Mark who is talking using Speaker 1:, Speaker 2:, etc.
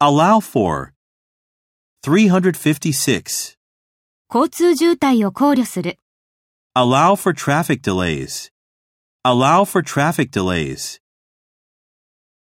Speaker 1: Allow for. 356.
Speaker 2: 交通渋滞を考慮する。
Speaker 1: Allow for traffic delays. Allow for traffic delays.